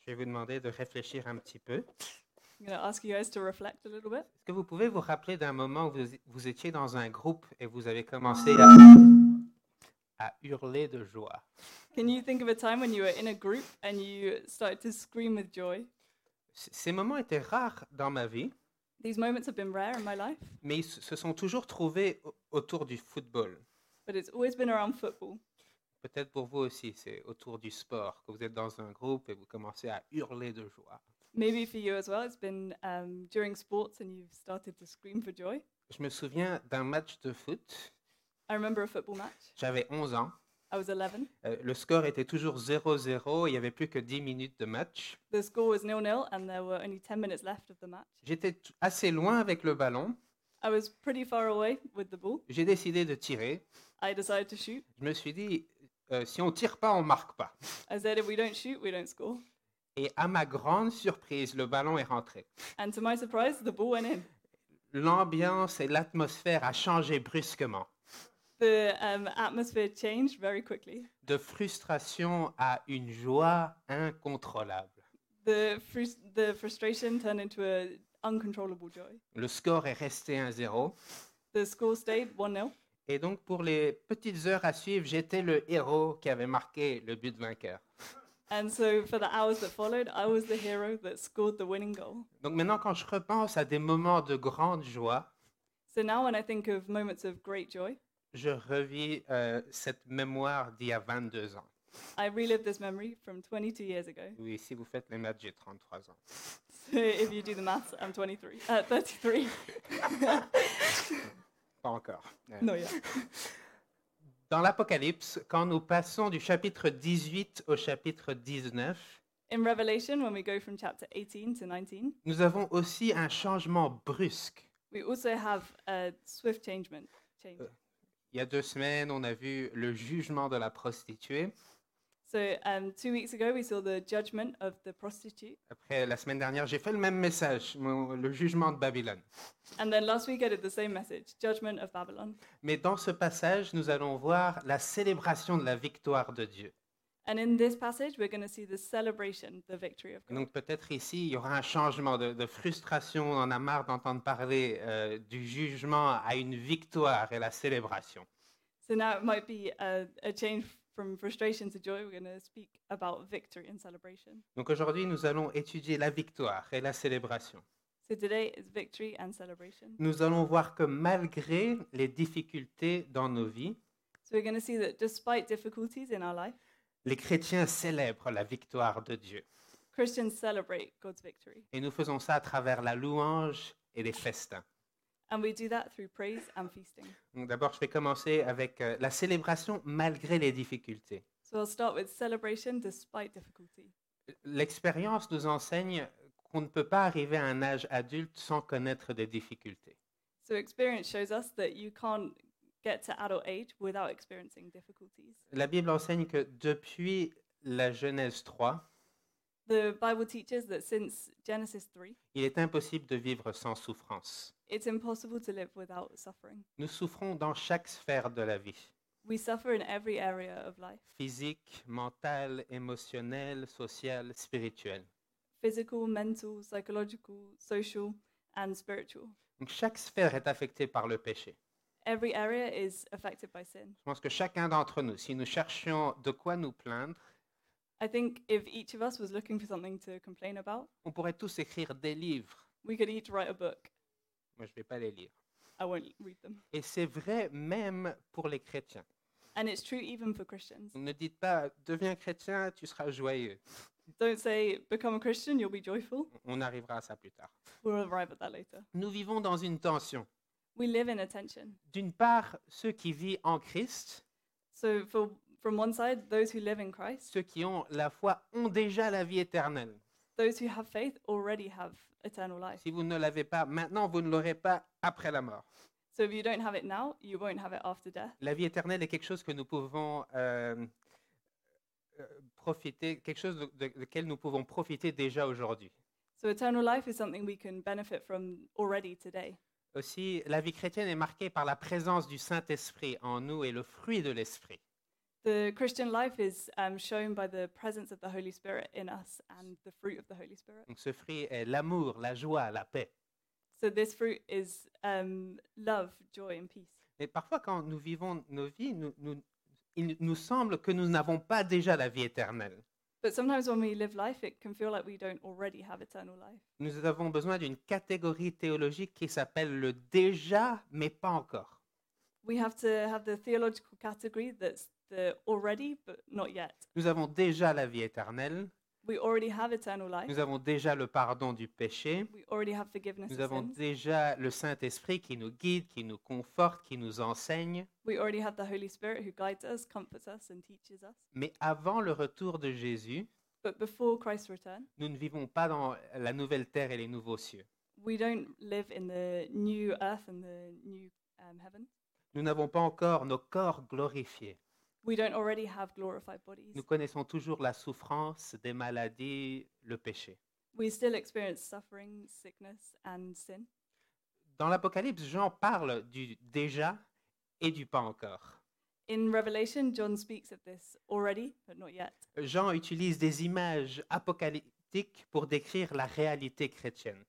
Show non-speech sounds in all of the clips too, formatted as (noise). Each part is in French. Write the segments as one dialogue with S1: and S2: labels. S1: je vais vous demander de réfléchir un petit peu.
S2: I'm going to ask you guys to reflect a little bit.
S1: Est-ce que vous pouvez vous rappeler d'un moment où vous, vous étiez dans un groupe et vous avez commencé à, à hurler de joie?
S2: Can you think of a time when you were in a group and you started to scream with joy?
S1: C- Ces moments étaient rares dans ma vie,
S2: These moments have been rare in my life,
S1: mais ils se se sont toujours trouvés au- autour du football.
S2: but it's always been around football.
S1: Peut-être pour vous aussi, c'est autour du sport, que vous êtes dans un groupe et vous commencez à hurler de joie.
S2: Maybe for you as well, it's been um, during sports and you've started to scream for joy.
S1: Je me souviens d'un match de foot,
S2: I remember a football match.
S1: j'avais 11 ans,
S2: I was 11.
S1: euh, le score était toujours 0-0, il n'y avait plus que 10 minutes de match.
S2: The score was nil-nil, and there were only 10 minutes left of the match.
S1: J'étais t- assez loin avec le ballon,
S2: I was pretty far away with the ball.
S1: j'ai décidé de tirer.
S2: I decided to shoot.
S1: Je me suis dit, euh, si on tire pas, on marque pas.
S2: I said, if we don't shoot, we don't score.
S1: Et à ma grande surprise, le ballon est rentré.
S2: And to my surprise, the ball went in.
S1: L'ambiance et l'atmosphère a changé brusquement,
S2: The um, atmosphere changed very quickly.
S1: de frustration à une joie incontrôlable.
S2: The, frus- the frustration turned into an uncontrollable joy.
S1: Le score est resté 1-0.
S2: The score stayed 1 0.
S1: Et donc, pour les petites heures à suivre, j'étais le héros qui avait marqué le but vainqueur.
S2: And so for the hours that followed, I was the hero that scored the winning goal.
S1: Donc maintenant, quand je repense à des moments de grande joie,
S2: So now when I think of moments of great joy,
S1: je revis euh, cette mémoire d'il y a 22 ans.
S2: I relive this memory from 22 years ago. (laughs)
S1: Oui, si vous faites les maths, j'ai 33 ans.
S2: So if you do the maths, I'm 23, uh, 33.
S1: Pas encore. Euh,
S2: (laughs) no, yeah.
S1: Dans l'Apocalypse, quand nous passons du chapitre 18 au chapitre 19,
S2: In Revelation, when we go from chapter 18 to 19,
S1: nous avons aussi un changement brusque.
S2: we also have a swift changement. Change.
S1: Il y a deux semaines, on a vu le jugement de la prostituée.
S2: So um, two weeks ago, we saw the judgment of the prostitute.
S1: Après, la semaine dernière, j'ai fait le même message, mon- le jugement de Babylone.
S2: And then last week, I did the same message judgment of Babylon.
S1: Mais dans ce passage, nous allons voir la célébration de la victoire de Dieu.
S2: And in this passage, we're going to see the celebration, the victory of
S1: Et
S2: God.
S1: donc peut-être ici, il y aura un changement de, de frustration. On en a marre d'entendre parler euh, du jugement à une victoire et la célébration.
S2: So now it might be a, a change from frustration to joy. We're going to speak about victory and celebration.
S1: Donc aujourd'hui, nous allons étudier la victoire et la célébration.
S2: So today is victory and celebration.
S1: Nous allons voir que malgré les difficultés dans nos vies,
S2: So we're going to see that despite difficulties in our life,
S1: les chrétiens célèbrent la victoire de Dieu.
S2: Christians celebrate God's victory.
S1: Et nous faisons ça à travers la louange et les festins.
S2: And we do that through praise and feasting.
S1: Donc d'abord, je vais commencer avec euh, la célébration malgré les difficultés.
S2: So I'll start with celebration despite difficulty.
S1: L'expérience nous enseigne qu'on ne peut pas arriver à un âge adulte sans connaître des difficultés.
S2: So experience shows us that you can't get to adult age without experiencing difficulties.
S1: La Bible enseigne que depuis la Genèse 3,
S2: The Bible teaches that since Genesis 3,
S1: il est impossible de vivre sans souffrance.
S2: it's impossible to live without suffering.
S1: Nous souffrons dans chaque sphère de la vie,
S2: We suffer in every area of life
S1: physique, mentale, émotionnelle, sociale, spirituelle.
S2: physical, mental, psychological, social, and spiritual.
S1: Donc chaque sphère est affectée par le péché.
S2: Every area is affected by sin.
S1: Je pense que chacun d'entre nous, si nous cherchions de quoi nous plaindre,
S2: I think if each of us was looking for something to complain about,
S1: on pourrait tous écrire des livres.
S2: we could each write a book.
S1: Moi, je ne vais pas les lire.
S2: I won't read them.
S1: Et c'est vrai même pour les chrétiens.
S2: And it's true even for Christians.
S1: Ne dites pas deviens chrétien, tu seras joyeux.
S2: Don't say, become a Christian, you'll be joyful.
S1: On arrivera à ça plus tard.
S2: We'll arrive at that later.
S1: Nous vivons dans une tension.
S2: We live in attention.
S1: D'une part, ceux qui vivent en Christ,
S2: So, for, from one side, those who live in Christ,
S1: ceux qui ont la foi, ont déjà la vie éternelle.
S2: those who have faith already have eternal life.
S1: Si vous ne l'avez pas maintenant, vous ne l'aurez pas après la mort.
S2: So, if you don't have it now, you won't have it after death.
S1: La vie éternelle est quelque chose que nous pouvons euh, euh, profiter, quelque chose de, de- duquel nous pouvons profiter déjà aujourd'hui.
S2: So, eternal life is something we can benefit from already today.
S1: Aussi, la vie chrétienne est marquée par la présence du Saint-Esprit en nous et le fruit de l'Esprit.
S2: The Christian life is um, shown by the presence of the Holy Spirit in us and the fruit of the Holy Spirit.
S1: Donc ce fruit est l'amour, la joie, la paix.
S2: So this fruit is um, love, joy, and peace.
S1: Mais parfois, quand nous vivons nos vies, nous- nous- il nous semble que nous n'avons pas déjà la vie éternelle.
S2: But sometimes when we live life, it can feel like we don't already have eternal life.
S1: Nous avons besoin d'une catégorie théologique qui s'appelle le déjà, mais pas encore.
S2: We have to have the theological category that's the already, but not yet.
S1: Nous avons déjà la vie éternelle,
S2: We already have eternal life.
S1: nous avons déjà le pardon du péché,
S2: We already have forgiveness
S1: nous
S2: of
S1: avons
S2: sins.
S1: déjà le Saint-Esprit qui nous guide, qui nous conforte, qui nous enseigne.
S2: We already have the Holy Spirit who guides us, comforts us, and teaches us.
S1: Mais avant le retour de Jésus,
S2: But before Christ's return,
S1: nous ne vivons pas dans la nouvelle terre et les nouveaux cieux.
S2: we don't live in the new earth and the new um, heaven.
S1: Nous n'avons pas encore nos corps glorifiés.
S2: We don't already have glorified bodies.
S1: Nous connaissons toujours la souffrance, des maladies, le péché.
S2: We still experience suffering, sickness, and sin.
S1: Dans l'Apocalypse, Jean parle du déjà et du pas encore.
S2: In Revelation, John speaks of this already, but not yet.
S1: Jean utilise des images apocalyptiques pour décrire la réalité chrétienne.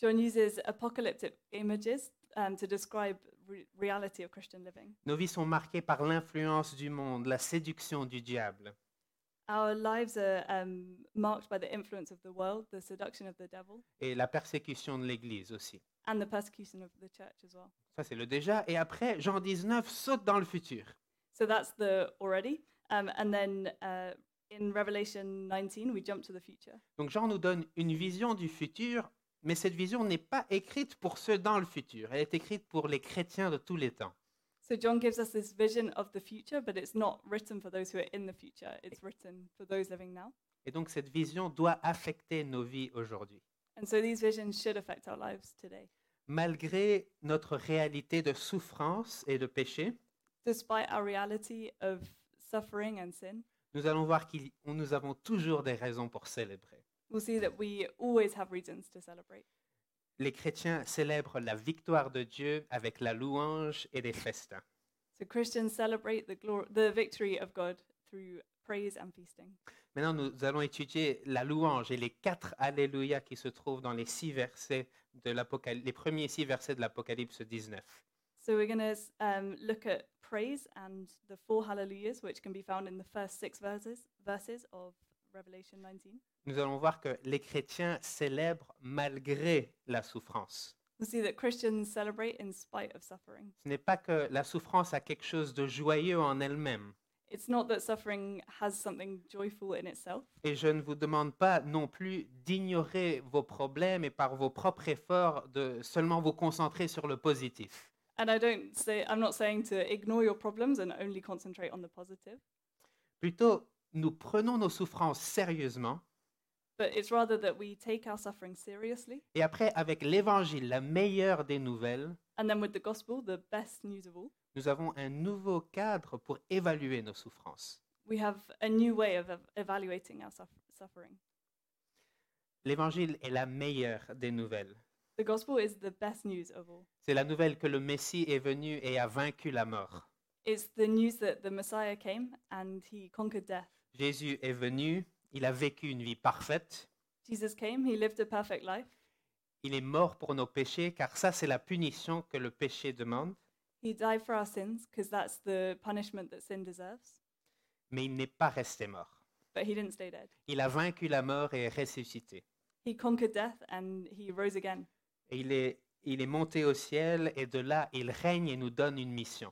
S2: John uses apocalyptic images um, to describe re- reality of Christian living.
S1: Nos vies sont marquées par l'influence du monde, la séduction du diable.
S2: Our lives are um, marked by the influence of the world, the seduction of the devil,
S1: et la persécution de l'Église aussi.
S2: and the persecution of the church as well.
S1: Ça, c'est le déjà. Et après, Jean 19 saute dans le futur.
S2: So that's the already. Um, and then uh, in Revelation 19, we jump to the future.
S1: Donc Jean nous donne une vision du futur, mais cette vision n'est pas écrite pour ceux dans le futur. Elle est écrite pour les chrétiens de tous les temps.
S2: So John gives us this vision of the future, but it's not written for those who are in the future. It's written for those living now.
S1: Et donc cette vision doit affecter nos vies aujourd'hui,
S2: And so these visions should affect our lives today.
S1: malgré notre réalité de souffrance et de péché.
S2: Despite our reality of suffering and sin,
S1: Nous allons voir qu'il on- nous avons toujours des raisons pour célébrer.
S2: we'll see that we always have reasons to celebrate.
S1: Les chrétiens célèbrent la victoire de Dieu avec la louange et des festins.
S2: So Christians celebrate the glor- the victory of God through praise and feasting.
S1: Maintenant, nous allons étudier la louange et les quatre Alléluia qui se trouvent dans les six versets de l'Apocalypse, les premiers six versets de l'Apocalypse 19.
S2: So we're going to um, look at praise and the four hallelujahs, which can be found in the first six verses verses of Revelation 19.
S1: Nous allons voir que les chrétiens célèbrent malgré la souffrance.
S2: We'll see that Christians celebrate in spite of suffering.
S1: Ce n'est pas que la souffrance a quelque chose de joyeux en elle-même.
S2: It's not that suffering has something joyful in itself,
S1: Et je ne vous demande pas non plus d'ignorer vos problèmes et par vos propres efforts de seulement vous concentrer sur le positif.
S2: and I don't say I'm not saying to ignore your problems and only concentrate on the positive,
S1: Plutôt, nous prenons nos souffrances sérieusement
S2: but it's rather that we take our suffering seriously,
S1: et après, avec l'Évangile, la meilleure des nouvelles,
S2: and then with the gospel, the best news of all,
S1: nous avons un nouveau cadre pour évaluer nos souffrances.
S2: we have a new way of ev- evaluating our suff- suffering.
S1: L'évangile est la meilleure des nouvelles.
S2: The gospel is the best news of all.
S1: C'est la nouvelle que le Messie est venu et a vaincu la mort.
S2: It's the news that the Messiah came and he conquered death.
S1: Jésus est venu, il a vécu une vie parfaite,
S2: Jesus came, he lived a perfect life.
S1: il est mort pour nos péchés, car ça c'est la punition que le péché demande,
S2: He died for our sins because that's the punishment that sin deserves.
S1: mais il n'est pas resté mort.
S2: But he didn't stay dead.
S1: Il a vaincu la mort et est ressuscité.
S2: He conquered death and he rose again.
S1: Et il est, il est monté au ciel et de là il règne et nous donne une mission.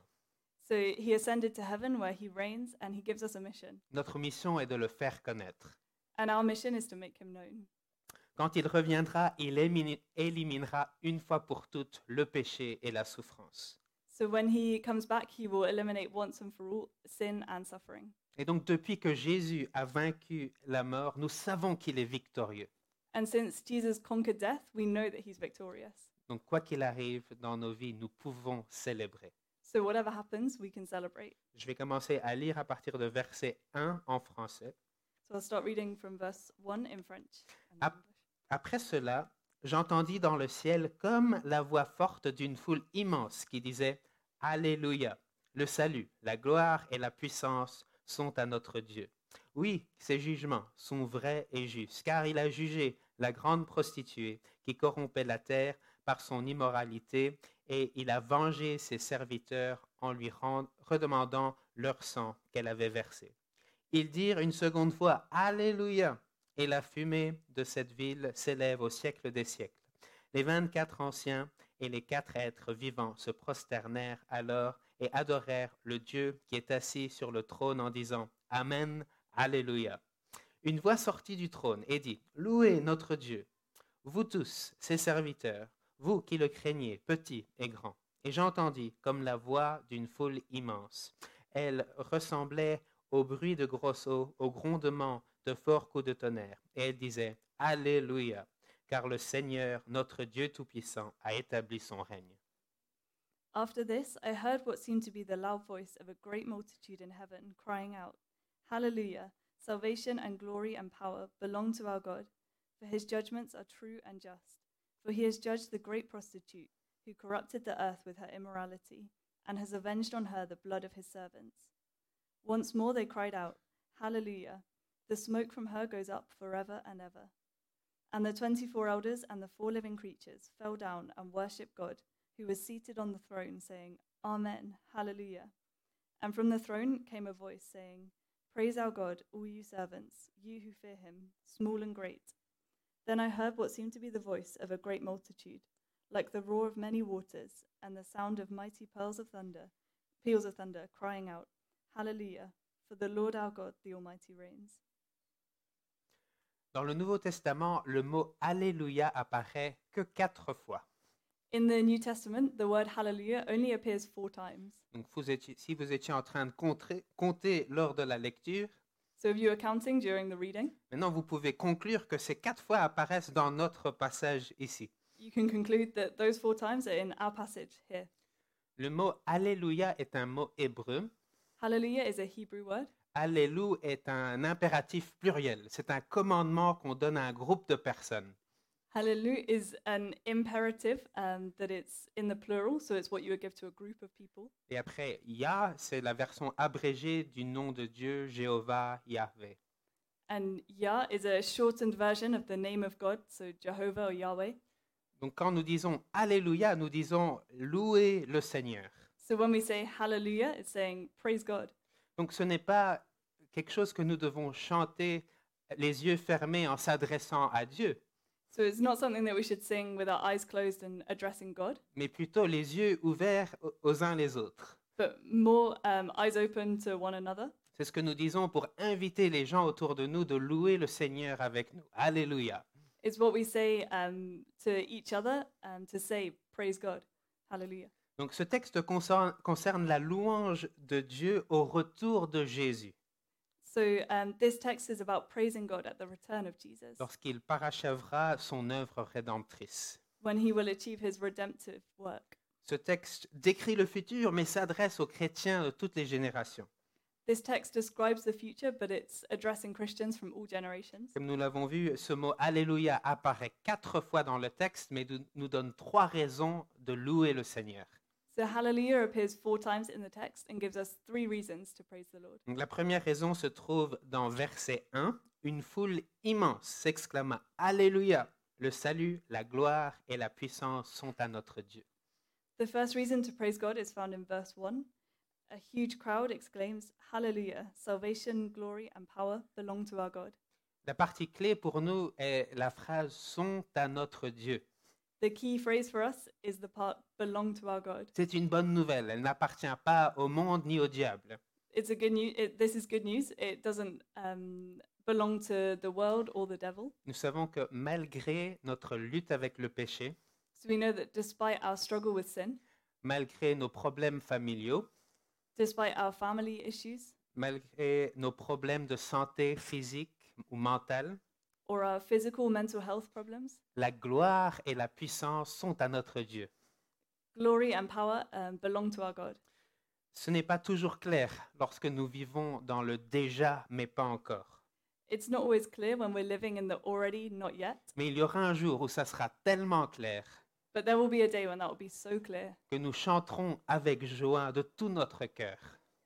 S2: So he ascended to heaven where he reigns and he gives us a mission.
S1: Notre mission est de le faire connaître.
S2: And our mission is to make him known.
S1: Quand il reviendra, il émini- éliminera une fois pour toutes le péché et la souffrance.
S2: So when he comes back, he will eliminate once and for all sin and suffering.
S1: Et donc depuis que Jésus a vaincu la mort, nous savons qu'il est victorieux.
S2: And since Jesus conquered death, we know that he's victorious.
S1: Donc quoi qu'il arrive dans nos vies, nous pouvons célébrer.
S2: So whatever happens, we can celebrate.
S1: Je vais commencer à lire à partir de verset 1 en français.
S2: So I'll start reading from verse 1 in French. and
S1: Ap-
S2: English.
S1: Après cela, j'entendis dans le ciel comme la voix forte d'une foule immense qui disait Alléluia, le salut, la gloire et la puissance, sont à notre Dieu. Oui, ses jugements sont vrais et justes, car il a jugé la grande prostituée qui corrompait la terre par son immoralité, et il a vengé ses serviteurs en lui rend- redemandant leur sang qu'elle avait versé. Ils dirent une seconde fois Alléluia, et la fumée de cette ville s'élève au siècle des siècles. Les vingt-quatre anciens et les quatre êtres vivants se prosternèrent alors et adorèrent le Dieu qui est assis sur le trône en disant Amen, Alléluia. Une voix sortit du trône et dit Louez notre Dieu, vous tous, ses serviteurs, vous qui le craignez, petit et grand. Et j'entendis comme la voix d'une foule immense. Elle ressemblait au bruit de grosses eaux, au grondement de forts coups de tonnerre. Et elle disait Alléluia, car le Seigneur, notre Dieu Tout-Puissant, a établi son règne.
S2: After this, I heard what seemed to be the loud voice of a great multitude in heaven crying out, Hallelujah! Salvation and glory and power belong to our God, for his judgments are true and just. For he has judged the great prostitute, who corrupted the earth with her immorality, and has avenged on her the blood of his servants. Once more they cried out, Hallelujah! The smoke from her goes up forever and ever. And the 24 elders and the four living creatures fell down and worshipped God, who was seated on the throne, saying, Amen, Hallelujah. And from the throne came a voice saying, Praise our God, all you servants, you who fear him, small and great. Then I heard what seemed to be the voice of a great multitude, like the roar of many waters, and the sound of mighty pearls of thunder, peals of thunder, crying out, Hallelujah, for the Lord our God, the Almighty reigns.
S1: Dans le Nouveau Testament, le mot Alléluia apparaît que quatre fois.
S2: In the New Testament, the word hallelujah only appears four times.
S1: Donc, vous étiez- si vous étiez en train de contrer- compter lors de la lecture,
S2: So if you were counting during the reading,
S1: maintenant vous pouvez conclure que ces quatre fois apparaissent dans notre passage ici.
S2: you can conclude that those four times are in our passage here.
S1: Le mot Alléluia est un mot hébreu.
S2: Hallelujah is a Hebrew word.
S1: Alléluia est un impératif pluriel. C'est un commandement qu'on donne à un groupe de personnes.
S2: Hallelujah is an imperative um, that it's in the plural, so it's what you would give to a group of people.
S1: Et après, Yah, c'est la version abrégée du nom de Dieu, Jéhovah, Yahvé.
S2: And Yah is a shortened version of the name of God, so Jehovah or Yahweh.
S1: Donc quand nous disons Alléluia, nous disons louer le Seigneur.
S2: So when we say hallelujah, it's saying praise God.
S1: Donc ce n'est pas quelque chose que nous devons chanter les yeux fermés en s'adressant à Dieu,
S2: So it's not something that we should sing with our eyes closed and addressing God,
S1: mais plutôt les yeux ouverts au- aux uns les autres.
S2: but more um, eyes open to one another.
S1: C'est ce que nous disons pour inviter les gens autour de nous de louer le Seigneur avec nous. Alléluia.
S2: It's what we say um, to each other um, to say praise God, hallelujah.
S1: Donc ce texte concerne, concerne la louange de Dieu au retour de Jésus,
S2: So um, this text is about praising God at the return of Jesus
S1: lorsqu'il parachèvera son œuvre rédemptrice.
S2: when he will achieve his redemptive work.
S1: Ce texte décrit le futur, mais s'adresse aux chrétiens de toutes les générations.
S2: This text describes the future, but it's addressing Christians from all generations.
S1: Comme nous l'avons vu, ce mot Alléluia apparaît quatre fois dans le texte, mais nous- nous donne trois raisons de louer le Seigneur.
S2: So hallelujah appears four times in the text and gives us three reasons to praise the Lord.
S1: Donc, la première raison se trouve dans verset 1. Une foule immense s'exclama Alléluia. Le salut, la gloire et la puissance sont à notre Dieu.
S2: The first reason to praise God is found in verse 1. A huge crowd exclaims, Hallelujah! Salvation, glory, and power belong to our God.
S1: La partie clé pour nous est la phrase sont à notre Dieu.
S2: The key phrase for us is the part belong to our God.
S1: C'est une bonne nouvelle. Elle n'appartient pas au monde ni au diable.
S2: It's a good news. It, this is good news. It doesn't um, belong to the world or the devil.
S1: Nous savons que malgré notre lutte avec le péché,
S2: So we know that despite our struggle with sin,
S1: malgré nos problèmes familiaux,
S2: despite our family issues
S1: malgré nos problèmes de santé physique ou mentale,
S2: or our physical mental health problems,
S1: la gloire et la puissance sont à notre Dieu.
S2: glory and power um, belong to our God.
S1: Ce n'est pas toujours clair lorsque nous vivons dans le déjà mais pas encore.
S2: It's not always clear when we're living in the already, not yet,
S1: Mais il y aura un jour où ça sera tellement clair
S2: but there will be a day when that will be so clear
S1: que nous chanterons avec joie de tout notre cœur.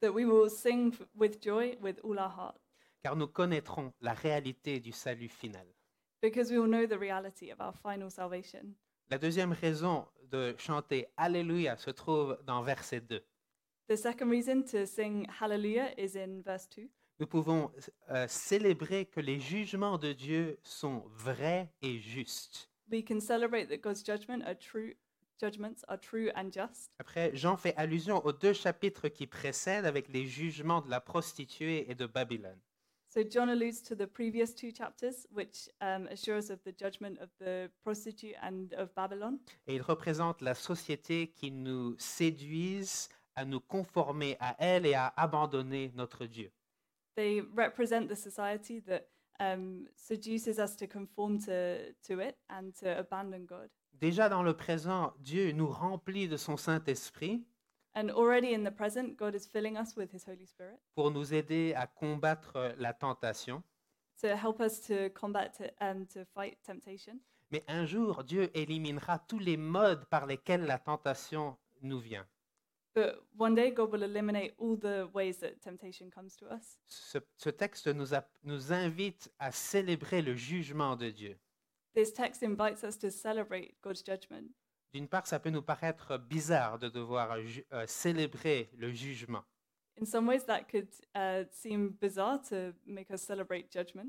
S2: that we will sing f- with joy with all our heart,
S1: car nous connaîtrons la réalité du salut final.
S2: because we will know the reality of our final salvation.
S1: La deuxième raison de chanter Alléluia se trouve dans verset 2.
S2: The second reason to sing Hallelujah is in verse 2.
S1: Nous pouvons euh, célébrer que les jugements de Dieu sont vrais et justes.
S2: We can celebrate that God's judgment are true judgments are true and just.
S1: Après, Jean fait allusion aux deux chapitres qui précèdent avec les jugements de la prostituée et de Babylone.
S2: So John alludes to the previous two chapters, which um, assure us of the judgment of the prostitute and of Babylon.
S1: Et il représente la société qui nous séduise à nous conformer à elle et à abandonner notre Dieu.
S2: They represent the society that um, seduces us to conform to, to it and to abandon God.
S1: Déjà dans le présent, Dieu nous remplit de son Saint-Esprit
S2: And already in the present, God is filling us with His Holy Spirit
S1: pour nous aider à combattre la tentation.
S2: to help us to combat t- um, to fight temptation.
S1: Mais un jour, Dieu éliminera tous les modes par lesquels la tentation nous vient.
S2: But one day, God will eliminate all the ways that temptation comes to us.
S1: Ce, ce texte nous, a- nous invite à célébrer le jugement de Dieu.
S2: This text invites us to celebrate God's judgment.
S1: D'une part, ça peut nous paraître bizarre de devoir ju- euh, célébrer le jugement.
S2: In some ways, that could uh, seem bizarre to make us celebrate judgment.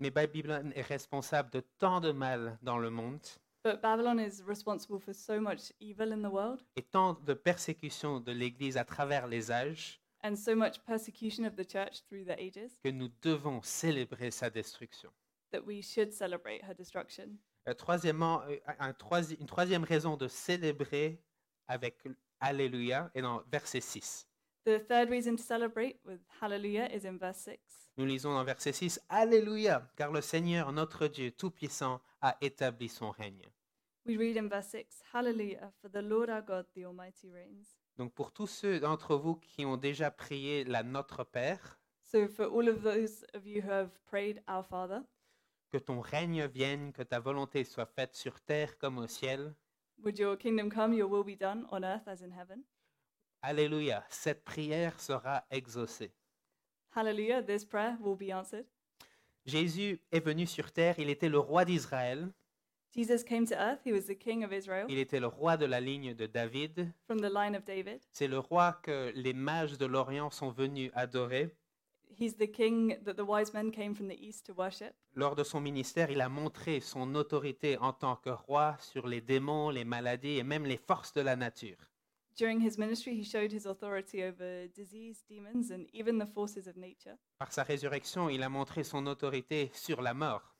S1: Mais Babylone est responsable de tant de mal dans le monde
S2: But Babylon is responsible for so much evil in the world
S1: et tant de persécutions de l'Église à travers les âges
S2: and so much persecution of the church through the ages
S1: que nous devons célébrer sa destruction.
S2: that we should celebrate her destruction.
S1: Euh, troisièmement, euh, un- un troisi- une troisième raison de célébrer avec Alléluia est dans verset 6.
S2: The third reason to celebrate with Hallelujah is in verse 6.
S1: Nous lisons dans verset 6, Alléluia, car le Seigneur, notre Dieu Tout-Puissant, a établi son règne.
S2: We read in verse 6 Hallelujah, for the Lord our God, the Almighty, reigns.
S1: Donc pour tous ceux d'entre vous qui ont déjà prié la Notre Père,
S2: So, for all of those of you who have prayed, Our Father,
S1: que ton règne vienne, que ta volonté soit faite sur terre comme au ciel.
S2: would your kingdom come, your will be done on earth as in heaven.
S1: Alléluia, cette prière sera exaucée.
S2: Hallelujah, this prayer will be answered.
S1: Jésus est venu sur terre, il était le roi d'Israël,
S2: Jesus came to earth, he was the king of Israel
S1: il était le roi de la ligne de David,
S2: from the line of David.
S1: C'est le roi que les mages de l'Orient sont venus adorer.
S2: He's the king that the wise men came from the east to worship.
S1: Lors de son ministère, il a montré son autorité en tant que roi sur les démons, les maladies et même les forces de la nature.
S2: During his ministry, he showed his authority over disease, demons, and even the forces of nature.
S1: Par sa résurrection, il a montré son autorité sur la mort.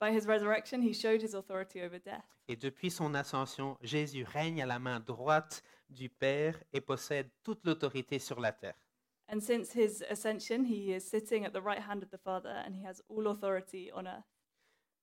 S2: By his resurrection, he showed his authority over death.
S1: Et depuis son ascension, Jésus règne à la main droite du Père et possède toute l'autorité sur la terre.
S2: And since his ascension, he is sitting at the right hand of the Father and he has all authority on earth.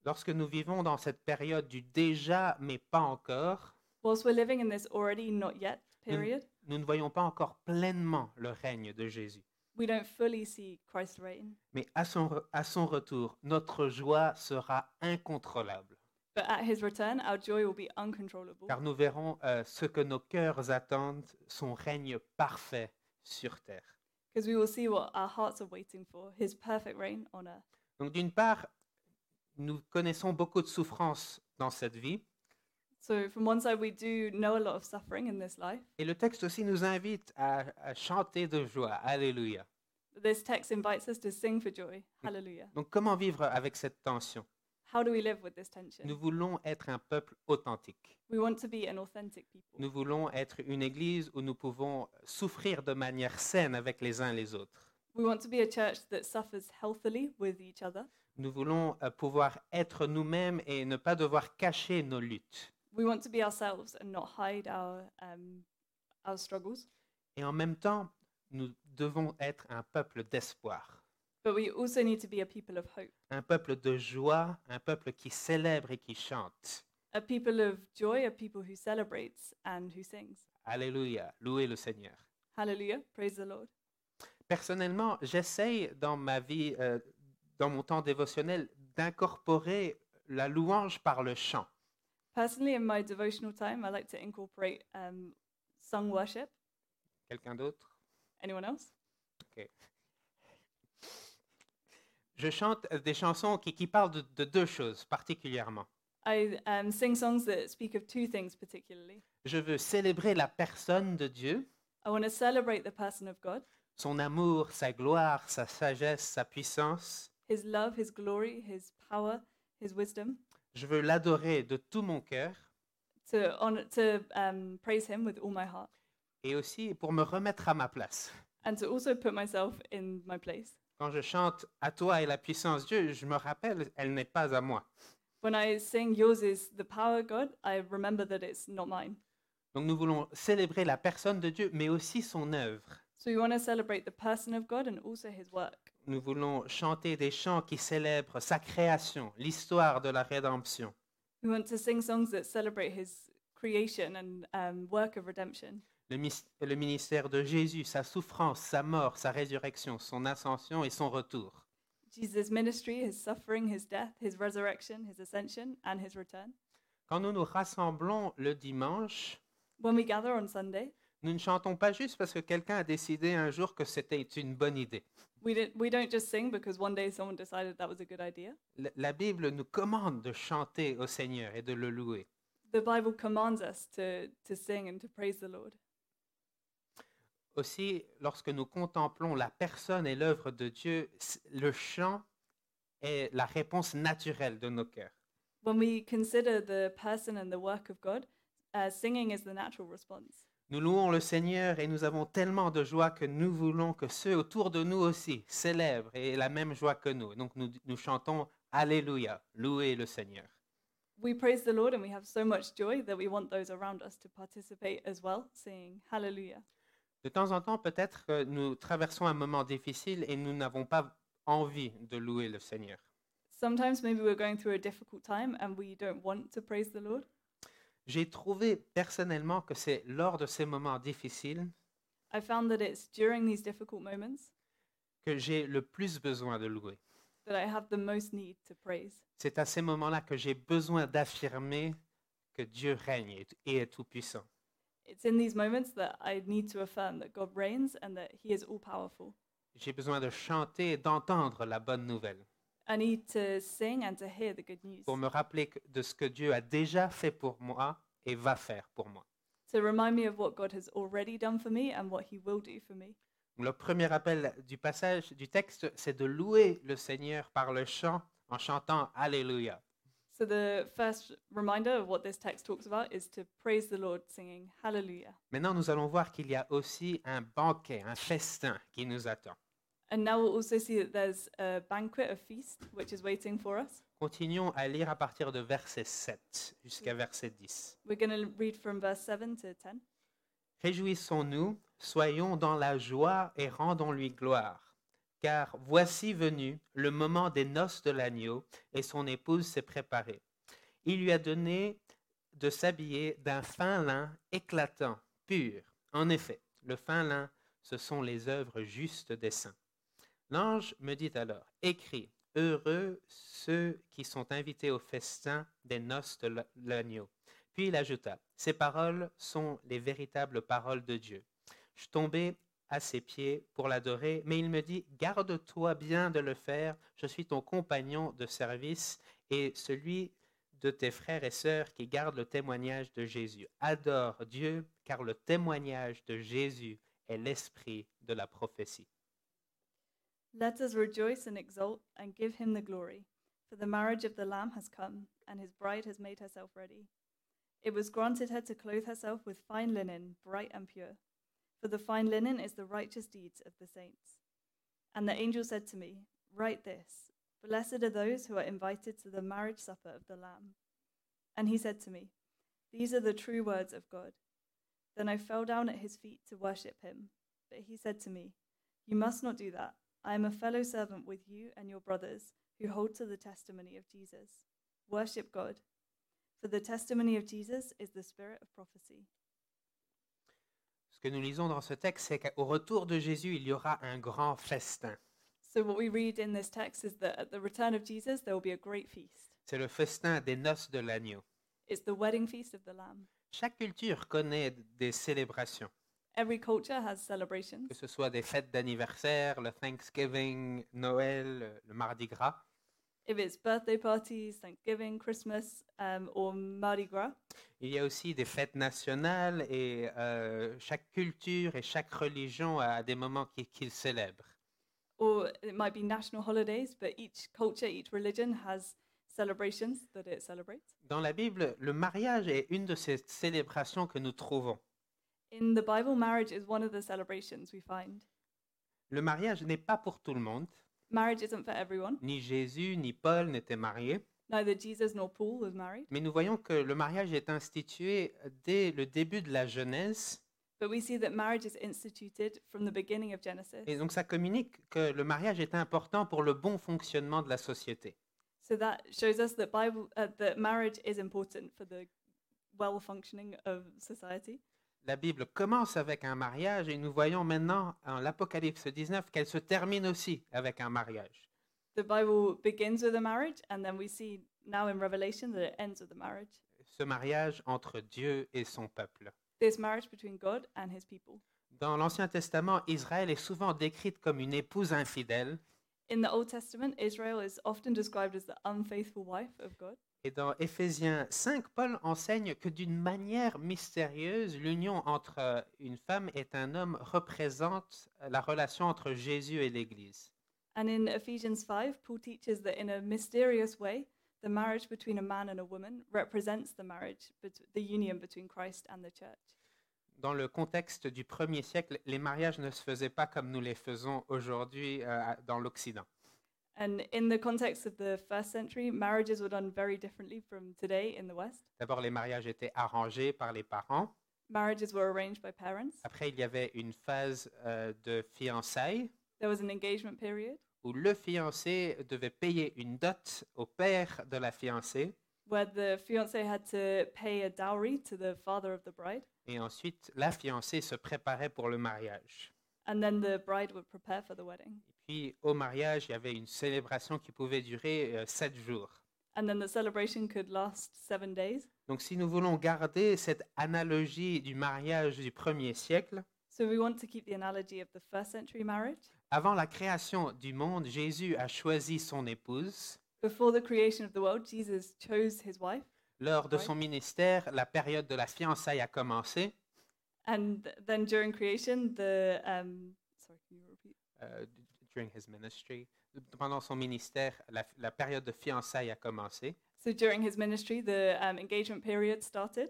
S1: Lorsque nous vivons dans cette période du déjà mais pas encore,
S2: Whilst we're living in this already not yet period,
S1: nous ne voyons pas encore pleinement le règne de Jésus.
S2: we don't fully see Christ reign.
S1: Mais à son, re- à son retour, notre joie sera incontrôlable,
S2: But at his return, our joy will be uncontrollable
S1: car nous verrons euh, ce que nos cœurs attendent, son règne parfait sur terre.
S2: because we will see what our hearts are waiting for his perfect reign on earth.
S1: Donc d'une part, nous connaissons beaucoup de souffrances dans cette vie,
S2: So, from one side, we do know a lot of suffering in this life.
S1: et le texte aussi nous invite à, à chanter de joie, Alléluia.
S2: But this text invites us to sing for joy. Hallelujah.
S1: Donc comment vivre avec cette tension
S2: How do we live with this tension?
S1: Nous voulons être un peuple authentique.
S2: We want to be an authentic people.
S1: Nous voulons être une église où nous pouvons souffrir de manière saine avec les uns les autres.
S2: We want to be a church that suffers healthily with each other.
S1: Nous voulons euh, pouvoir être nous-mêmes et ne pas devoir cacher nos luttes.
S2: We want to be ourselves and not hide our, um, our struggles.
S1: Et en même temps, nous devons être un peuple d'espoir,
S2: But we also need to be a people of hope,
S1: un peuple de joie, un peuple qui célèbre et qui chante.
S2: a people of joy, a people who celebrates and who sings.
S1: Alléluia, louez le Seigneur.
S2: Hallelujah. Praise the Lord.
S1: Personnellement, j'essaye dans ma vie, euh, dans mon temps dévotionnel, d'incorporer la louange par le chant.
S2: Personally, in my devotional time, I like to incorporate um, sung worship.
S1: Quelqu'un d'autre
S2: Anyone else?
S1: OK. Je chante euh, des chansons qui, qui parlent de, de deux choses particulièrement.
S2: I um, sing songs that speak of two things particularly.
S1: Je veux célébrer la personne de Dieu,
S2: I want to celebrate the person of God,
S1: son amour, sa gloire, sa sagesse, sa puissance.
S2: his love, his glory, his power, his wisdom,
S1: Je veux l'adorer de tout mon cœur
S2: to, honor, to um, praise him with all my heart,
S1: et aussi pour me remettre à ma place.
S2: and to also put myself in my place.
S1: Quand je chante à toi et la puissance Dieu, je me rappelle, elle n'est pas à moi.
S2: When I sing yours is the power, God, I remember that it's not mine.
S1: Donc nous voulons célébrer la personne de Dieu, mais aussi son œuvre.
S2: So we want to celebrate the person of God and also his work.
S1: Nous voulons chanter des chants qui célèbrent sa création, l'histoire de la rédemption.
S2: We want to sing songs that celebrate his creation and um, work of redemption.
S1: Le, mis- le ministère de Jésus, sa souffrance, sa mort, sa résurrection, son ascension et son retour.
S2: Jesus' ministry, his suffering, his death, his resurrection, his ascension, and his return.
S1: Quand nous nous rassemblons le dimanche,
S2: When we gather on Sunday,
S1: nous ne chantons pas juste parce que quelqu'un a décidé un jour que c'était une bonne idée.
S2: we, did, we don't just sing because one day someone decided that was a good idea.
S1: La- La Bible nous commande de chanter au Seigneur et de le louer.
S2: The Bible commands us to, to sing and to praise the Lord.
S1: Aussi, lorsque nous contemplons la personne et l'œuvre de Dieu, s- le chant est la réponse naturelle de nos cœurs.
S2: When we consider the person and the work of God, uh, singing is the natural response.
S1: Nous louons le Seigneur et nous avons tellement de joie que nous voulons que ceux autour de nous aussi célèbrent et aient la même joie que nous. Donc nous, nous chantons Alléluia, louez le Seigneur.
S2: We praise the Lord and we have so much joy that we want those around us to participate as well, singing Hallelujah.
S1: De temps en temps, peut-être que nous traversons un moment difficile et nous n'avons pas envie de louer le Seigneur.
S2: Sometimes maybe we're going through a difficult time and we don't want to praise the Lord.
S1: J'ai trouvé personnellement que c'est lors de ces moments difficiles
S2: I found that it's during these difficult moments
S1: que j'ai le plus besoin de louer.
S2: that I have the most need to praise.
S1: C'est à ces moments-là que j'ai besoin d'affirmer que Dieu règne et- et est tout-puissant.
S2: It's in these moments that I need to affirm that God reigns and that He is all powerful.
S1: J'ai besoin de chanter et d'entendre la bonne nouvelle
S2: I need to sing and to hear the good news
S1: pour me rappeler que- de ce que Dieu a déjà fait pour moi et va faire pour moi.
S2: to remind me of what God has already done for me and what He will do for me.
S1: Le premier appel du passage du texte, c'est de louer le Seigneur par le chant en chantant Alléluia.
S2: So, the first reminder of what this text talks about is to praise the Lord singing Hallelujah.
S1: Maintenant, nous allons voir qu'il y a aussi un banquet, un festin qui nous attend.
S2: And now we'll also see that there's a banquet, a feast, which is waiting for us.
S1: Continuons à lire à partir de verset 7 jusqu'à verset 10.
S2: We're going to read from verse 7 to 10.
S1: Réjouissons-nous, soyons dans la joie et rendons-lui gloire. Car voici venu le moment des noces de l'agneau, et son épouse s'est préparée. Il lui a donné de s'habiller d'un fin lin éclatant, pur. En effet, le fin lin, ce sont les œuvres justes des saints. L'ange me dit alors, écris, heureux ceux qui sont invités au festin des noces de l'a- l'agneau. Puis il ajouta, Ces paroles sont les véritables paroles de Dieu. Je tombai à ses pieds pour l'adorer, mais il me dit, Garde-toi bien de le faire, je suis ton compagnon de service et celui de tes frères et sœurs qui gardent le témoignage de Jésus. Adore Dieu, car le témoignage de Jésus est l'esprit de la prophétie.
S2: Let us rejoice and exult and give him the glory, for the marriage of the Lamb has come, and his bride has made herself ready. It was granted her to clothe herself with fine linen, bright and pure, for the fine linen is the righteous deeds of the saints. And the angel said to me, Write this Blessed are those who are invited to the marriage supper of the Lamb. And he said to me, These are the true words of God. Then I fell down at his feet to worship him. But he said to me, You must not do that. I am a fellow servant with you and your brothers who hold to the testimony of Jesus. Worship God, for the testimony of Jesus is the spirit of prophecy.
S1: Ce que nous lisons dans ce texte, c'est qu'au retour de Jésus, il y aura un grand festin.
S2: So, what we read in this text is that at the return of Jesus, there will be a great feast.
S1: C'est le festin des noces de l'agneau.
S2: It's the wedding feast of the Lamb.
S1: Chaque culture connaît des célébrations.
S2: Every culture has celebrations,
S1: que ce soit des fêtes d'anniversaire, le Thanksgiving, Noël, euh, le Mardi Gras.
S2: if it's birthday parties, Thanksgiving, Christmas, um, or Mardi Gras.
S1: Il y a aussi des fêtes nationales et euh, chaque culture et chaque religion a des moments qui- qu'ils célèbrent.
S2: Or it might be national holidays, but each culture, each religion has celebrations that it celebrates.
S1: Dans la Bible, le mariage est une de ces célébrations que nous trouvons.
S2: In the Bible, marriage is one of the celebrations we find.
S1: Le mariage n'est pas pour tout le monde.
S2: Marriage isn't for everyone.
S1: Ni Jésus ni Paul n'étaient mariés,
S2: Neither Jesus nor Paul was married,
S1: mais nous voyons que le mariage est institué dès le début de la Genèse.
S2: but we see that marriage is instituted from the beginning of Genesis.
S1: Et donc ça communique que le mariage est important pour le bon fonctionnement de la société.
S2: So that shows us that Bible uh, that marriage is important for the well functioning of society.
S1: La Bible commence avec un mariage et nous voyons maintenant en l'Apocalypse 19 qu'elle se termine aussi avec un mariage.
S2: The Bible begins with a marriage, and then we see now in Revelation that it ends with a marriage.
S1: Ce mariage entre Dieu et son peuple.
S2: This marriage between God and His people.
S1: Dans l'Ancien Testament, Israël est souvent décrite comme une épouse infidèle
S2: In the Old Testament, Israel is often described as the unfaithful wife of God.
S1: et dans Éphésiens 5, Paul enseigne que d'une manière mystérieuse, l'union entre euh, une femme et un homme représente euh, la relation entre Jésus et l'Église.
S2: And in Ephesians 5, Paul teaches that in a mysterious way, the marriage between a man and a woman represents the marriage, bet- the union between Christ and the church.
S1: Dans le contexte du premier siècle, les mariages ne se faisaient pas comme nous les faisons aujourd'hui euh, à- dans l'Occident.
S2: And in the context of the first century, marriages were done very differently from today in the West.
S1: D'abord, les mariages étaient arrangés par les parents.
S2: Marriages were arranged by parents.
S1: Après, il y avait une phase euh, de fiançailles
S2: There was an engagement period
S1: où le fiancé devait payer une dot au père de la fiancée.
S2: where the fiance had to pay a dowry to the father of the bride,
S1: Et ensuite, la fiancée se préparait pour le mariage.
S2: and then the bride would prepare for the wedding.
S1: Et puis, au mariage, il y avait une célébration qui pouvait durer euh, sept jours.
S2: And then the celebration could last seven days.
S1: Donc, si nous voulons garder cette analogie du mariage du premier siècle,
S2: So we want to keep the analogy of the first century marriage.
S1: avant la création du monde, Jésus a choisi son épouse.
S2: Before the creation of the world, Jesus chose his wife,
S1: Lors de
S2: Ouais.
S1: son ministère, la période de la fiançaille a commencé.
S2: and th- then during creation, the um, sorry, can you repeat?
S1: euh, d- during his ministry. Pendant son ministère, la, la période de fiançailles a commencé.
S2: So during his ministry, the um, engagement period started,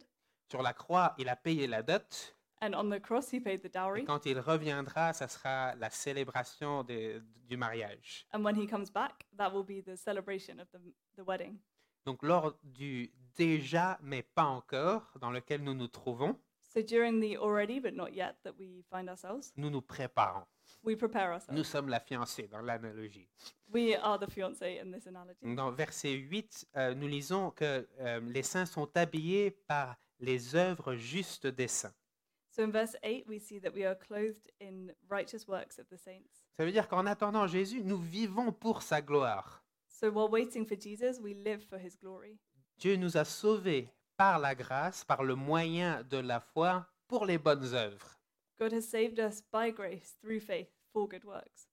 S1: Sur la croix, il a payé la dot.
S2: and on the cross, he paid the
S1: Et
S2: dowry.
S1: quand il reviendra, ça sera la célébration des- du mariage.
S2: And when he comes back, that will be the celebration of the, the wedding.
S1: Donc, lors du déjà, mais pas encore, dans lequel nous nous trouvons,
S2: So during the already but not yet that we find ourselves,
S1: nous nous préparons.
S2: we prepare
S1: Nous
S2: ourselves.
S1: sommes la fiancée dans l'analogie.
S2: We are the fiance in this analogy.
S1: Dans verset 8, euh, nous lisons que euh, les saints sont habillés par les œuvres justes des saints.
S2: So in verse 8, we see that we are clothed in righteous works of the saints.
S1: Ça veut dire qu'en attendant Jésus, nous vivons pour sa gloire.
S2: So while waiting for Jesus, we live for his glory.
S1: Dieu nous a sauvés par la grâce, par le moyen de la foi, pour les bonnes œuvres.
S2: God has saved us by grace through faith for good works.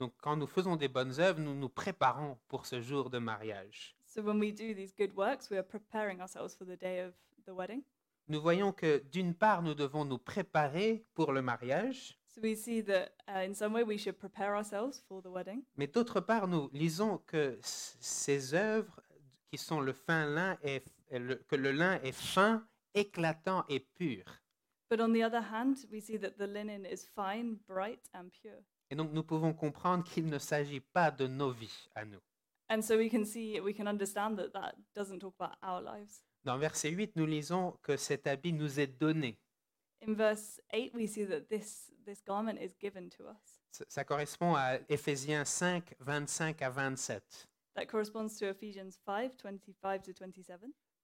S1: Donc quand nous faisons des bonnes œuvres, nous nous préparons pour ce jour de mariage.
S2: So when we do these good works, we are preparing ourselves for the day of the wedding.
S1: Nous voyons que d'une part, nous devons nous préparer pour le mariage,
S2: So we see that uh, in some way we should prepare ourselves for the wedding.
S1: mais d'autre part, nous lisons que c- ces œuvres qui sont le fin lin est, est le- que le lin est fin, éclatant et pur.
S2: But on the other hand, we see that the linen is fine, bright, and pure.
S1: Et donc nous pouvons comprendre qu'il ne s'agit pas de nos vies à nous.
S2: And so we can see, we can understand that that doesn't talk about our lives.
S1: Dans verset 8, nous lisons que cet habit nous est donné.
S2: In verse 8, we see that this, this garment is given to us.
S1: Ça, ça correspond à Éphésiens 5, 25 à 27.
S2: That corresponds to Ephesians 5 25 to 27.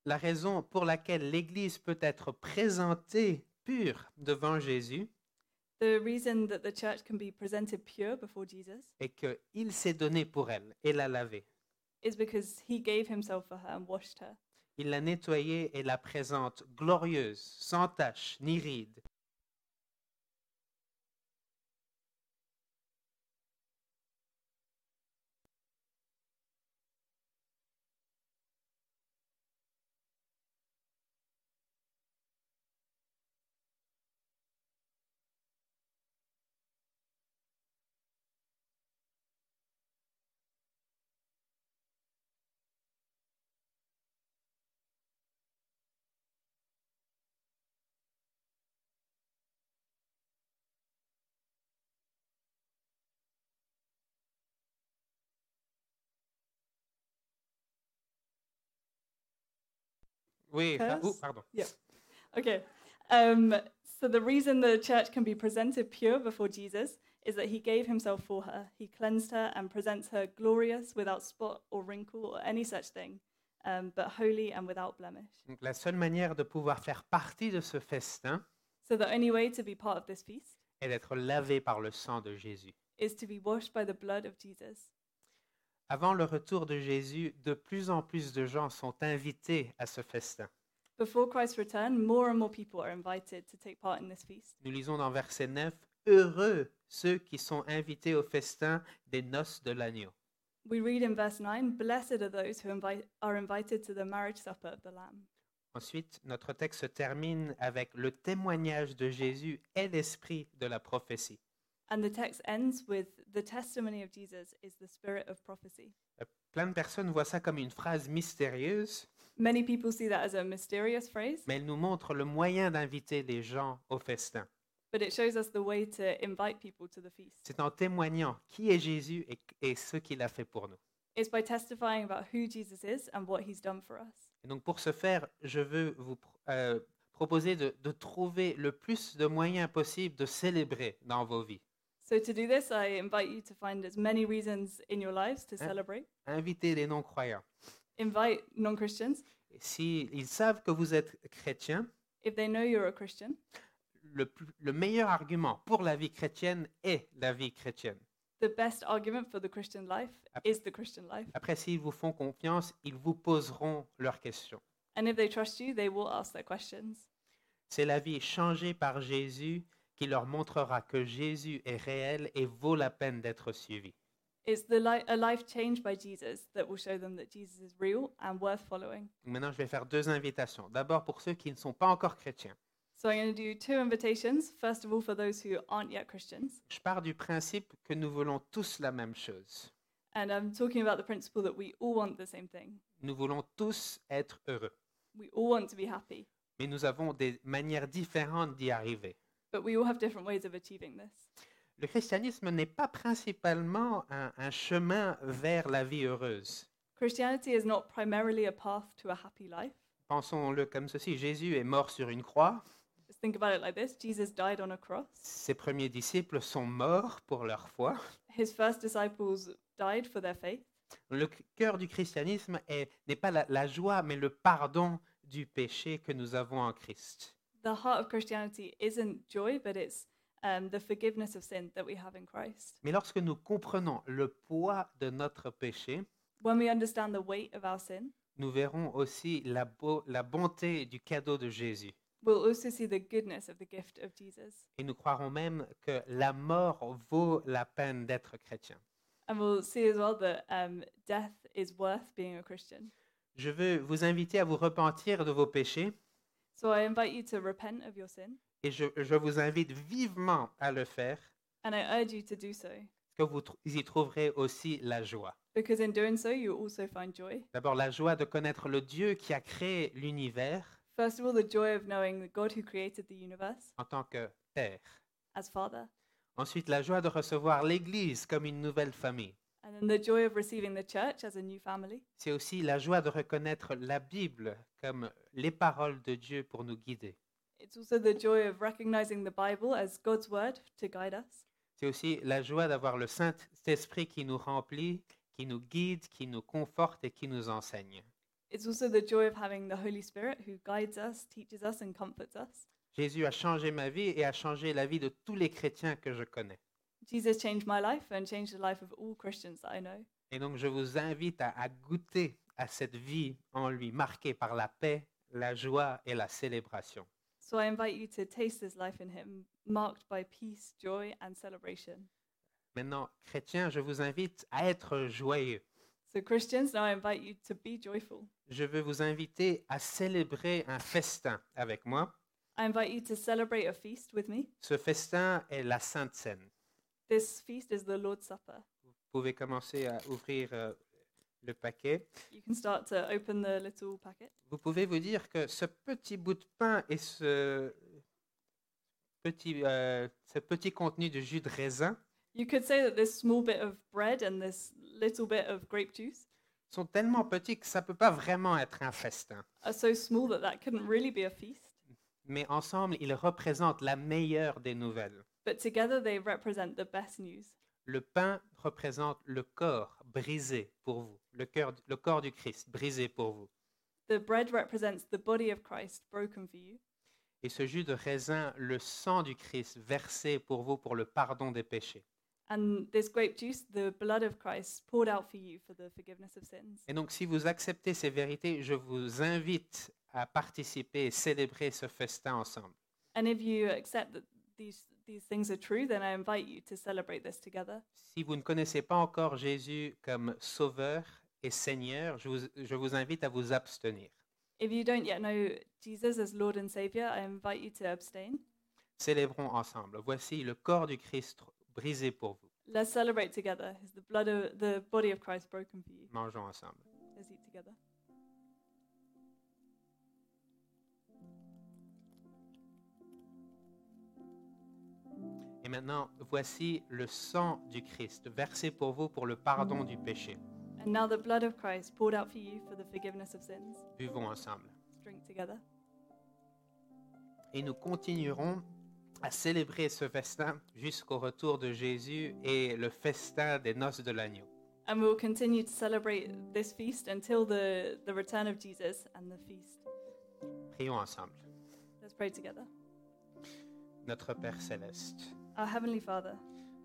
S1: La raison pour laquelle l'Église peut être présentée pure devant Jésus
S2: The reason that the church can be presented pure before Jesus
S1: est qu'il s'est donné pour elle et l'a lavée.
S2: is because he gave himself for her and washed her.
S1: Il l'a nettoyée et la présente glorieuse, sans tache ni ride. Oui, ah, ouh,
S2: Curse?
S1: pardon.
S2: Okay. Um, so the reason the church can be presented pure before Jesus is that he gave himself for her. He cleansed her and presents her glorious, without spot or wrinkle or any such thing, um, but holy and without blemish.
S1: Donc, la seule manière de pouvoir faire partie de ce festin
S2: So the only way to be part of this feast
S1: est d'être lavé par le sang de Jésus.
S2: is to be washed by the blood of Jesus.
S1: Avant le retour de Jésus, de plus en plus de gens sont invités à ce festin.
S2: Before Christ's return, more and more people are invited to take part in this feast.
S1: Nous lisons dans verset 9, Heureux ceux qui sont invités au festin des noces de l'agneau.
S2: We read in verse 9 Blessed are those who invite, are invited to the marriage supper of the Lamb.
S1: Ensuite, notre texte se termine avec le témoignage de Jésus et l'esprit de la prophétie.
S2: And the text ends with The testimony of Jesus is the spirit of prophecy.
S1: Plein de personnes voient ça comme une phrase mystérieuse,
S2: Many people see that as a mysterious phrase,
S1: mais elle nous montre le moyen d'inviter les gens au festin.
S2: but it shows us the way to invite people to the feast.
S1: C'est en témoignant qui est Jésus et, et ce qu'il a fait pour nous.
S2: It's by testifying about who Jesus is and what he's done for us.
S1: Et donc pour ce faire, je veux vous pro- euh, proposer de, de trouver le plus de moyens possibles de célébrer dans vos vies.
S2: So, to do this, I invite you to find as many reasons in your lives to
S1: Yeah.
S2: celebrate.
S1: Invitez les non-croyants.
S2: Invite non Christians.
S1: Et S'ils savent que vous êtes chrétien,
S2: If they know you're a Christian,
S1: le, plus- le meilleur argument pour la vie chrétienne est la vie chrétienne.
S2: the best argument for the Christian life
S1: Ab-
S2: is the Christian life.
S1: Après, s'ils vous font confiance, ils vous poseront leurs questions.
S2: And if they trust you, they will ask their questions.
S1: C'est la vie changée par Jésus qui leur montrera que Jésus est réel et vaut la peine d'être suivi.
S2: It's the li- a life changed by Jesus that will show them that Jesus is real and worth following.
S1: Maintenant, je vais faire deux invitations. D'abord pour ceux qui ne sont pas encore chrétiens.
S2: So I'm going to do two invitations. First of all, for those who aren't yet Christians,
S1: Je pars du principe que nous voulons tous la même chose.
S2: and I'm talking about the principle that we all want the same thing.
S1: Nous voulons tous être heureux,
S2: We all want to be happy,
S1: mais nous avons des manières différentes d'y arriver.
S2: but we all have different ways of achieving this.
S1: Le christianisme n'est pas principalement un, un chemin vers la vie heureuse.
S2: Christianity is not primarily a path to a happy life.
S1: Pensons-le comme ceci. Jésus est mort sur une croix.
S2: Just think about it like this Jesus died on a cross,
S1: Ses premiers disciples sont morts pour leur foi.
S2: his first disciples died for their faith.
S1: Le c- cœur du christianisme est- n'est pas la, la joie, mais le pardon du péché que nous avons en Christ.
S2: The heart of Christianity isn't joy, but it's um, the forgiveness of sin that we have in Christ.
S1: Mais lorsque nous comprenons le poids de notre péché,
S2: When we understand the weight of our sin,
S1: nous verrons aussi la, bo- la bonté du cadeau de Jésus.
S2: we'll also see the goodness of the gift of Jesus.
S1: Et nous croirons même que la mort vaut la peine d'être chrétien.
S2: And we'll see as well that um, death is worth being a Christian.
S1: Je veux vous inviter à vous repentir de vos péchés
S2: So I invite you to repent of your sin,
S1: et je, je vous invite vivement à le faire,
S2: and I urge you to do so,
S1: que vous tr- y trouverez aussi la joie.
S2: because in doing so, you'll also find joy.
S1: D'abord, la joie de connaître le Dieu qui a créé l'univers
S2: First of all, the joy of knowing the God who created the universe
S1: en tant que Père.
S2: as Father,
S1: Ensuite, la joie de recevoir l'Église comme une nouvelle famille.
S2: and then the joy of receiving the church as a new family,
S1: C'est aussi la joie de reconnaître la Bible comme les paroles de Dieu pour nous guider.
S2: It's also the joy of recognizing the Bible as God's word to guide us.
S1: C'est aussi la joie d'avoir le Saint-Esprit qui nous remplit, qui nous guide, qui nous conforte et qui nous enseigne.
S2: It's also the joy of having the Holy Spirit who guides us, teaches us, and comforts us.
S1: Jésus a changé ma vie et a changé la vie de tous les chrétiens que je connais.
S2: Jesus changed my life and changed the life of all Christians that I know.
S1: Et donc, je vous invite à, à goûter à cette vie en lui, marquée par la paix, la joie et la célébration.
S2: So I invite you to taste this life in Him, marked by peace, joy, and celebration.
S1: Maintenant, chrétiens, je vous invite à être joyeux.
S2: So, Christians, now I invite you to be joyful.
S1: Je veux vous inviter à célébrer un festin avec moi.
S2: I invite you to celebrate a feast with me.
S1: Ce festin est la Sainte Seine.
S2: This feast is the Lord's Supper.
S1: Vous pouvez commencer à ouvrir euh, le paquet.
S2: You can start to open the little packet.
S1: Vous pouvez vous dire que ce petit bout de pain et ce petit, euh, ce petit contenu de jus de raisin
S2: You could say that this small bit of bread and this little bit of grape juice
S1: sont tellement petits que ça ne peut pas vraiment être un festin.
S2: are so small that that couldn't really be a feast.
S1: Mais ensemble, ils représentent la meilleure des nouvelles.
S2: But together they represent the best news.
S1: Le pain représente le corps brisé pour vous, le, cœur- le corps du Christ brisé pour vous.
S2: The bread represents the body of Christ broken for you,
S1: Et ce jus de raisin, le sang du Christ versé pour vous pour le pardon des péchés.
S2: and this grape juice, the blood of Christ poured out for you for the forgiveness of sins.
S1: Et donc, si vous acceptez ces vérités, je vous invite à participer et célébrer ce festin ensemble.
S2: And if you accept that these these things are true, then I invite you to celebrate this together.
S1: Si vous ne connaissez pas encore Jésus comme Sauveur et Seigneur, je vous, je vous invite à vous abstenir.
S2: If you don't yet know Jesus as Lord and Savior, I invite you to abstain.
S1: Célébrons ensemble. Voici le corps du Christ brisé pour vous.
S2: Let's celebrate together. Is the blood of the body of Christ broken for you?
S1: Mangeons ensemble.
S2: Let's eat together.
S1: Et maintenant, voici le sang du Christ versé pour vous pour le pardon du péché.
S2: And now the blood of Christ poured out for you for the forgiveness of sins.
S1: Buvons ensemble.
S2: Let's drink together.
S1: Et nous continuerons à célébrer ce festin jusqu'au retour de Jésus et le festin des noces de l'agneau.
S2: And we will continue to celebrate this feast until the, the return of Jesus and the feast.
S1: Prions ensemble.
S2: Let's pray together.
S1: Notre Père céleste,
S2: Our Heavenly Father,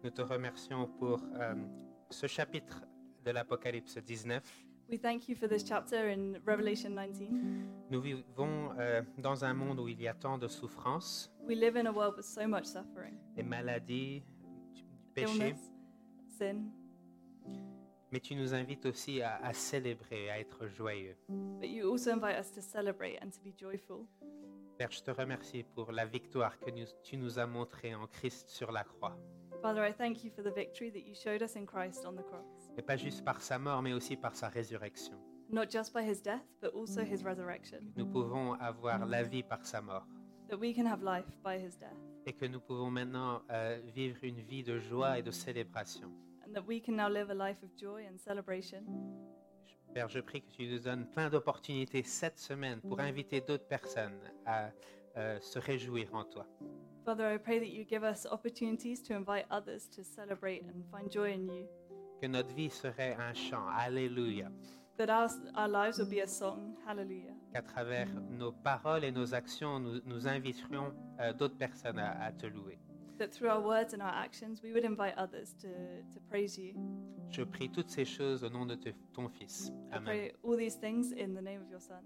S1: nous te remercions pour euh, ce chapitre de l'Apocalypse 19.
S2: we thank you for this chapter in Revelation 19.
S1: Nous vivons euh, dans un monde où il y a tant de souffrances,
S2: We live in a world with so much suffering,
S1: des maladies, du du péché,
S2: illness, sin,
S1: mais tu nous invites aussi à, à célébrer, à être joyeux.
S2: but you also invite us to celebrate and to be joyful.
S1: Père, je te remercie pour la victoire que nous- tu nous as montrée en Christ sur la croix.
S2: Father, I thank you for the victory that you showed us in Christ on the cross,
S1: Et pas juste par sa mort, mais aussi par sa résurrection.
S2: not just by his death, but also his resurrection,
S1: Nous pouvons avoir la vie par sa mort.
S2: that we can have life by his death,
S1: Et que nous pouvons maintenant euh, vivre une vie de joie et de célébration.
S2: and that we can now live a life of joy and celebration.
S1: Père, je prie que tu nous donnes plein d'opportunités cette semaine pour inviter d'autres personnes à euh, se réjouir en toi.
S2: Father, I pray that you give us opportunities to invite others to celebrate and find joy in you,
S1: Que notre vie serait un chant, Alléluia,
S2: that our, our lives will be a song, hallelujah,
S1: qu'à travers nos paroles et nos actions, nous, nous inviterions euh, d'autres personnes à, à te louer.
S2: that through our words and our actions, we would invite others to, to praise you.
S1: Je prie toutes ces choses au nom de te- ton Fils.
S2: I
S1: Amen.
S2: pray all these things in the name of your Son.